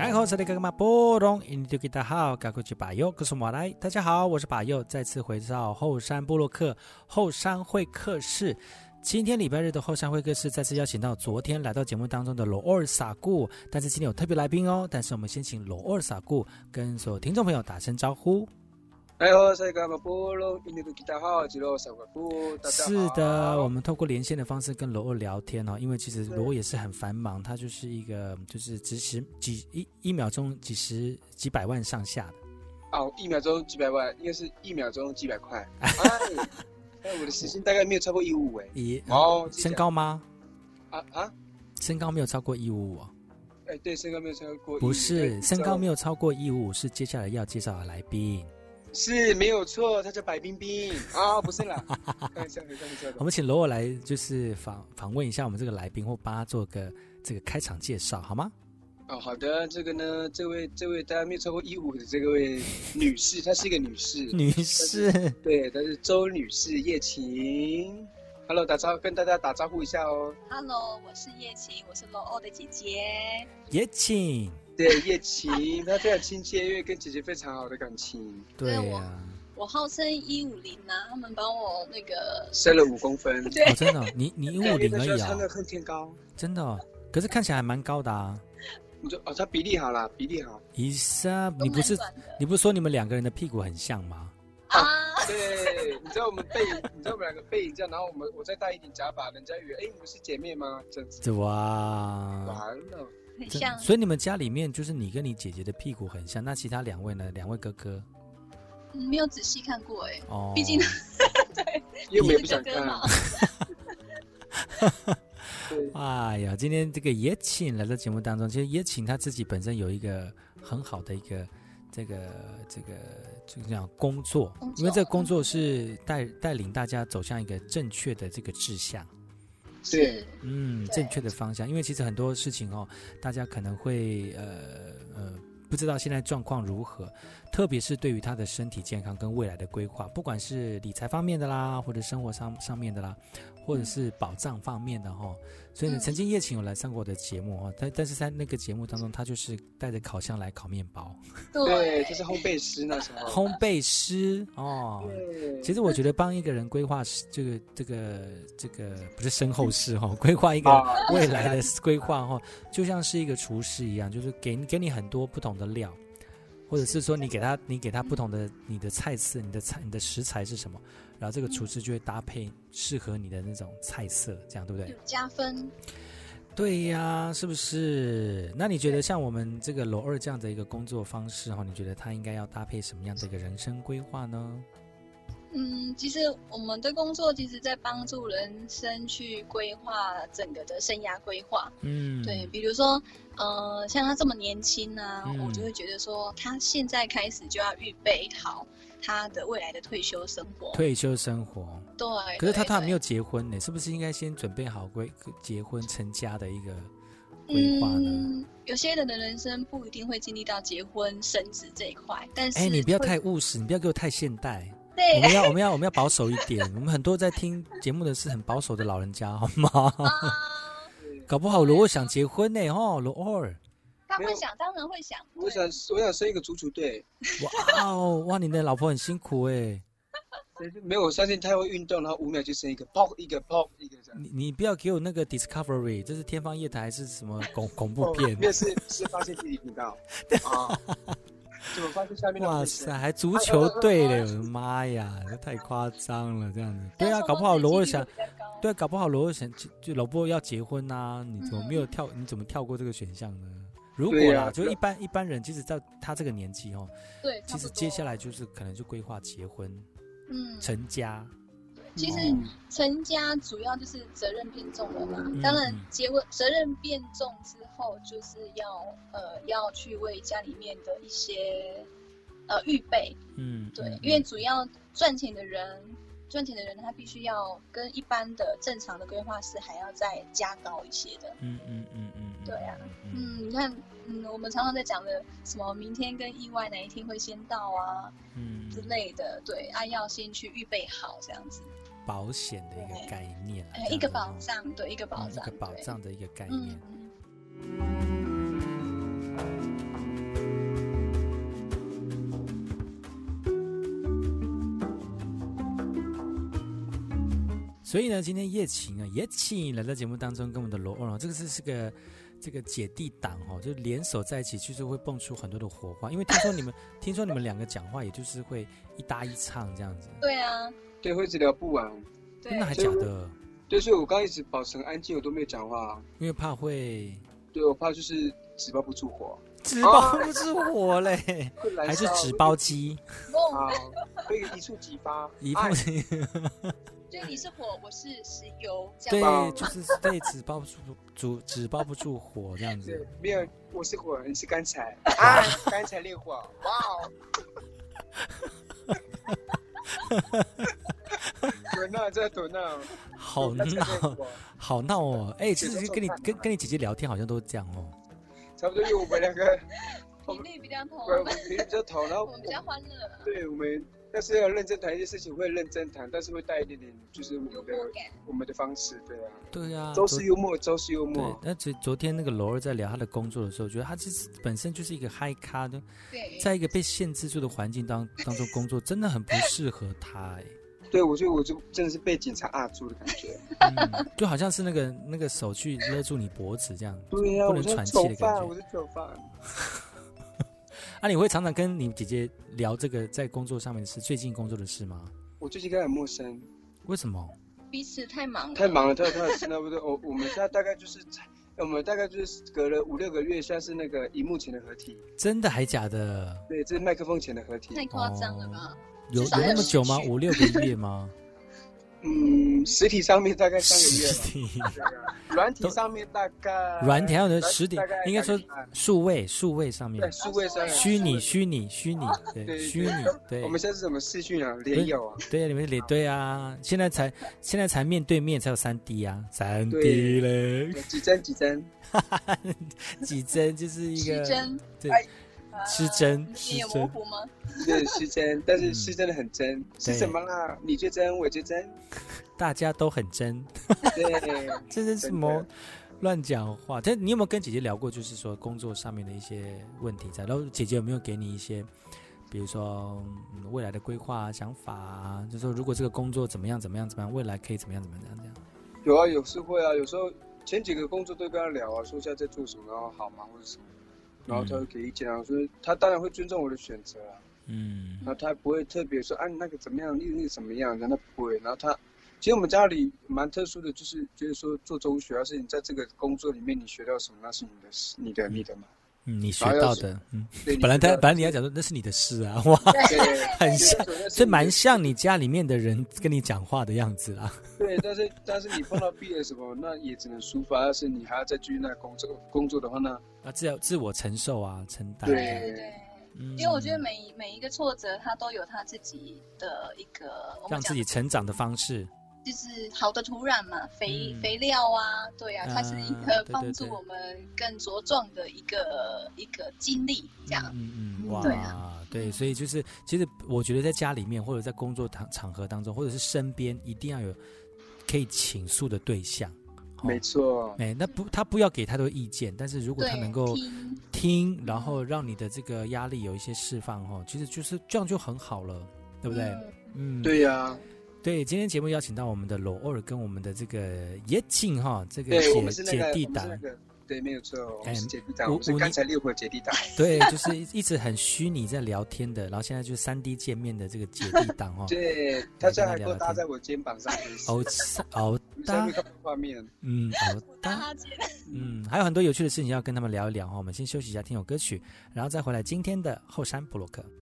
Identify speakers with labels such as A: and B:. A: 爱好这里干嘛？波隆印度吉他好，赶快去把右，告诉我来。大家好，我是把右，再次回到后山部落客后山会客室。今天礼拜日的后山会客室再次邀请到昨天来到节目当中的罗尔萨固，但是今天有特别来宾哦。但是我们先请罗尔萨固跟所有听众朋友打声招呼。
B: 哎呦，这个波隆印度吉他啊好，吉罗萨克布，大家好。啊
A: 是的，我们透过连线的方式跟罗尔聊天哦，因为其实罗尔也是很繁忙，他就是一个就是几十几一一秒钟几十几百万上下的。
B: 哦，一秒钟几百万，应该是一秒钟几百块。 哎，哎我的时薪大概没有超过一五五哎。
A: 咦，
B: 哦，
A: 呃身高吗？
B: 啊啊，
A: 身高没有超过一五五哦。
B: 哎，对，身高没有超过。
A: 不是，身高没有超过一五五是接下来要介绍的来宾。
B: 是没有错，他叫白冰冰啊，不是 啦，开玩笑的，开玩笑的。
A: 我们请罗尔来就是访访问一下我们这个来宾，或帮他做个这个开场介绍，好吗？
B: 哦，好的，这个呢，这位这位大家没有超过一五的这位女士，她是一个女士，
A: 女士，
B: 对，她是周女士叶琴。Hello，打招跟大家打招呼一下哦。
C: Hello，我是叶琴，我是罗欧的姐姐。
A: 叶琴，
B: 对，叶琴，她非常亲切，因为跟姐姐非常好的感情。
A: 对啊
C: 对
A: 呀、
C: 我我号称一五零呐，他们帮我那个
B: 升了五公分，
C: 对
A: 哦，真的哦、你你一五
B: 因为
A: 零
B: 那
A: 而
B: 时候
A: 已
B: 穿
A: 啊、
B: 的恨天高。
A: 真的哦、可是看起来还蛮高的啊。
B: 你说哦，她比例好啦，比例好。
A: 伊莎，
C: 东
A: 你不
C: 南
A: 是
C: 转的
A: 你哦不是说你们两个人的屁股很像吗？
C: 啊？
B: 对，你知道我们背影，你知道我们两个背影这样，然后我们我再戴一顶假发，人家以为哎，你们是姐妹吗？这样子，
A: 对哇，
B: 完了。
C: 很
A: 真
C: 像，
A: 所以你们家里面就是你跟你姐姐的屁股很像，那其他两位呢？两位哥哥
C: 嗯没有仔细看过哎，
A: 哦，
C: 毕竟对，
B: 因为我们也不
C: 是
B: 想
C: 哥哥
B: 看
C: 嘛。。
B: 对，
A: 哎呀，今天这个也请来到节目当中，其实也请他自己本身有一个很好的一个这个这个就这样工作，
C: 工作
A: 因为这个工作是带带领大家走向一个正确的这个志向，
B: 对，
A: 嗯，
C: 对
A: 正确的方向。因为其实很多事情哦，大家可能会呃呃不知道现在状况如何，特别是对于他的身体健康跟未来的规划，不管是理财方面的啦，或者生活上上面的啦，或者是保障方面的哈、所以呢，
C: 嗯
A: 曾经叶琴有来上过我的节目哦，但但是在那个节目当中，他就是带着烤箱来烤面包，
B: 对，
C: 对，
B: 就是烘焙师那时
C: 啊
B: 候。
A: 烘焙师哦。
B: 对，
A: 其实我觉得帮一个人规划是这个这个这个不是身后事哦，规划一个
B: 啊，
A: 未来的规划哦，就像是一个厨师一样，就是给你给你很多不同的料，或者是说你给他你给他不同的你的菜色、你的菜、你的食材是什么，然后这个厨师就会搭配适合你的那种菜色，这样对不对
C: 有？加分。
A: 对呀、是不是？那你觉得像我们这个罗二这样的一个工作方式哈、哦，你觉得他应该要搭配什么样的一个人生规划呢？
C: 嗯，其实我们的工作其实在帮助人生去规划整个的生涯规划。
A: 嗯，
C: 对，，比如说，呃，像他这么年轻呢、啊我就
A: 嗯
C: 会觉得说，他现在开始就要预备好他的未来的退休生活。
A: 退休生活，
C: 对，
A: 可是他
C: 对
A: 他还没有
C: 对
A: 结婚呢，是不是应该先准备好规结婚成家的一个规划呢？
C: 嗯，有些人的人生不一定会经历到结婚生子这一块，但是
A: 哎，你不要
C: 会
A: 太务实，你不要给我太现代。我
C: 对
A: 们要我们要我们要保守一点。我们很多在听节目的是很保守的老人家，好吗？
C: 啊，
A: 搞不好罗尔想结婚呢，哦，罗尔，
C: 他
B: 没
C: 会
B: 有
C: 想，当然会想，
B: 我想我想生一个足球队，
A: 哇哦，哇，你的老婆很辛苦哎，
B: 但是没有，我相信他会运动，然后五秒就生一个，砰一个，砰一个这样。
A: 你你不要给我那个 Discovery，这是天方夜谭还是 什么恐恐怖
C: 哦
A: 片？
B: 那哦是是发现自己 频道啊，怎么发现下面的
A: 哇
B: 故事
A: 塞，还足球队嘞！我的妈呀，这太夸张了，这样子。对啊，搞不好罗尔想，，对
C: 但是我自己比较高
A: 啊，搞不好罗尔想就就老婆要结婚呐、你怎么没有跳？你怎么跳过这个选项呢？如果
B: 对
A: 啦，
B: 啊
A: 就一般一般人，即使到他这个年纪哦，
C: 对，
A: 其实接下
C: 来，
A: 来就是可能就规划结婚、
C: 嗯，
A: 成家。
C: 其实
A: 嗯
C: 成家主要就是责任变重了嘛，当然
A: 嗯
C: 结婚责任变重之后，就是要呃要去为家里面的一些呃预备，
A: 嗯，
C: 对，
A: 嗯
C: 因为主要赚钱的人，赚钱的人他必须要跟一般的正常的规划是还要再加高一些的。
A: 嗯嗯嗯嗯嗯，
C: 对啊
A: 嗯，嗯
C: 嗯，你看，嗯，我们常常在讲的什么明天跟意外哪一天会先到啊
A: 嗯
C: 之类的，对，啊要先去预备好这样子，
A: 保险的一个概念啦，
C: 哎，一个
A: 这样
C: 保
A: 子
C: 障，对，一个
A: 哦
C: 保
A: 嗯一
C: 障，
A: 个保
C: 对
A: 障的一个概念。
C: 嗯，
A: 所以呢，今天叶琴啊，叶琴来到节目当中，跟我们的罗欧哦，这个是是个这个姐弟档哦，就联手在一起，就是会蹦出很多的火花。因为听说你们，听说你们两个讲话，也就是会一搭一唱这样子，
C: 对啊，
B: 对，会一直聊不完。
C: 对
A: 真的还假的？
B: 对，所以我刚一直保持很安静，我都没有讲话。
A: 因为怕会
B: 对，我怕就是纸包不住火，
A: 纸包不住火 嘞，
B: 会燃烧，
A: 还是纸包机？
C: 梦
B: 啊，会一触即发。
A: 一
B: 哎
A: 碰
C: 就你是火，我是石油，这样
A: 对，就是对纸包不住煮纸包不住火这样
B: 对
A: 子。，
B: 没有，我是火，你是干 柴，啊，干柴烈火，哇哦！ 滚呐，这滚呐，
A: 好
B: 干柴烈
A: 闹，
B: 火
A: 好闹哦！哎，其
B: 节奏
A: 实跟你
B: 太慢
A: 跟
B: 了
A: 跟你姐姐聊天好像都是这样哦。
B: 差不多，因为我们两个，
C: 频率比较同，
B: 我们频率比较投，然后
C: 我们比较欢乐，
B: 对我们，但是要认真谈一些事情，会认真谈，但是会带一点点，就是我
C: 幽
B: 们的
C: 默感，
B: 我们的方式，对啊，
A: 对呀、啊，
B: 都
A: 昨
B: 是幽默，都是幽
A: 对
B: 默，，
A: 那昨昨天那个罗儿在聊他的工作的时候，我觉得他其实本身就是一个嗨咖的，
C: 对，
A: 在一个被限制住的环境当当中工作，真的很不适合他哎、
B: 对我觉得我就真的是被警察按住的感 觉，
A: 嗯，就好像是那个那个手去勒住你脖子这样。
B: 对呀，
A: 不
B: 我
A: 能
B: 是
A: 喘气
B: 囚
A: 的感觉
B: 犯，我是囚犯，
A: 啊，你会常常跟你姐姐聊这个在工作上面的事，最近工作的事吗？
B: 我最近跟他很陌生。
A: 为什么？
C: 彼此太忙了，
B: 太忙了，太太是那不对，我我们现在大概就是，我们大概就是隔了五六个月，现在是那个荧幕前的合体，
A: 真的还假的？
B: 对，这是麦克风前的合体，
C: 太夸张了吧？
A: 有有
C: 至少要
A: 那么
C: 持
A: 久吗？
C: 续
A: 五六 个月吗？
B: 嗯，实体上面大概三 个月
A: 实
B: 吧
A: 体，
B: 对啊，软体上面大概
A: 软条的
B: 软
A: 实体
B: 大概，
A: 应该说
B: 两个礼拜啊
A: 数位数位上面
B: 对，数位上面
A: 啊虚拟
B: 数
A: 虚拟虚拟对
B: 对对
A: 虚拟对
B: 位我。们现在是怎么视讯啊，联友啊，
A: 对啊，你们连对啊，现在才现在才面对面才有三 D 啊，三 D
B: 对
A: 嘞，
B: 几针几针，
A: 几针就是一
C: 失
A: 个
C: 真，
A: 对
B: 哎
A: 失真
C: 你
A: 失
C: 有模
A: 真，
C: 糊吗？
B: 对， 是针，但是
A: 嗯
B: 是真的很真，是
A: 对
B: 什么啦？你最真，我最真，
A: 大家都很真，
B: 对，
A: 这是什
B: 真
A: 么
B: 的？
A: 乱讲话？但你有没有跟姐姐聊过，就是说工作上面的一些问题在？然后姐姐有没有给你一些，比如说、嗯未来的规划啊、想法啊，就说如果这个工作怎么样怎么样怎么样，未来可以怎么样怎么样怎么样这样？
B: 有啊，有时会啊，有时候前几个工作都跟他聊啊，说现在在做什么，然后好吗，或者什么，然后他会给意见啊，所以他当然会尊重我的选择啊，
A: 嗯
B: 然后他不会特别说啊你那个怎么样，那个怎么样，然后他不会，然后他其实我们家里蛮特殊的，就是就是说做中学，要啊是你在这个工作里面你学到什么，那是你的事你的你的嘛，
A: 嗯，你学
B: 然后要
A: 到
B: 是
A: 的，嗯，
B: 对，你
A: 本来
B: 学
A: 他
B: 到
A: 本来你要讲说那是你的事啊，哇，
B: 对对对
A: 很
B: 就是
A: 像
B: 说那是
A: 这
B: 你的
A: 蛮像你家里面的人跟你讲话的样子啦。
B: 对，但是但是你碰到 B 的什么，那也只能抒发，要是你还要再继续那个工作工作的话呢，
A: 啊，自我自我承受啊，承担。
C: 对
B: 对
C: 对对。
A: 嗯
C: 因为我觉得每每一个挫折，他都有他自己的一个，我们
A: 让自
C: 讲
A: 己成长的方式，
C: 就是好的土壤嘛，肥、
A: 嗯
C: 肥料啊，对啊，它是一
A: 啊对
C: 个
A: 对
C: 帮助
A: 对
C: 我们更茁壮的一个一个经历，这样。
A: 嗯嗯，
B: 嗯
A: 哇，
C: 对啊
A: 对，所以就是，其实我觉得在家里面或者在工作场场合当中，或者是身边，一定要有可以倾诉的对象。哦
B: 没错，
A: 哎，那不，他不要给太多意见，但是如果
C: 对
A: 他，能够
C: 听，
A: 听，然后让你的这个压力有一些释放，哦，其实就是这样就很好了，对
C: 对
A: 不对？嗯，
B: 对呀、
A: 对，今天节目邀请到我们的罗尔跟我们的这个叶静哈，这个
B: 对，我
A: 姐
B: 们是那个
A: 姐弟
B: 我们
A: 档
B: 是，那个，对，没有错，我
A: 哎
B: 们是姐弟档，
A: 五
B: 我们是
A: 五
B: 刚
A: 年
B: 才烈火姐弟档，
A: 对，就是一直很虚拟在聊天的，然后现在就是三 D 见面的这个姐弟档哦。
B: 对，他现在还给
A: 跟
B: 我
A: 他聊聊
B: 搭
A: 天
B: 在我肩膀上，真是
A: 熬三熬
B: 你
A: 搭
B: 们现在没，看到画面，
A: 嗯，熬
C: 我打
A: 搭，
C: 哈欠，
A: 嗯，还有很多有趣的事情要跟他们聊一聊哈、哦。我们先休息一下，听首歌曲，然后再回来今天的后山布洛克。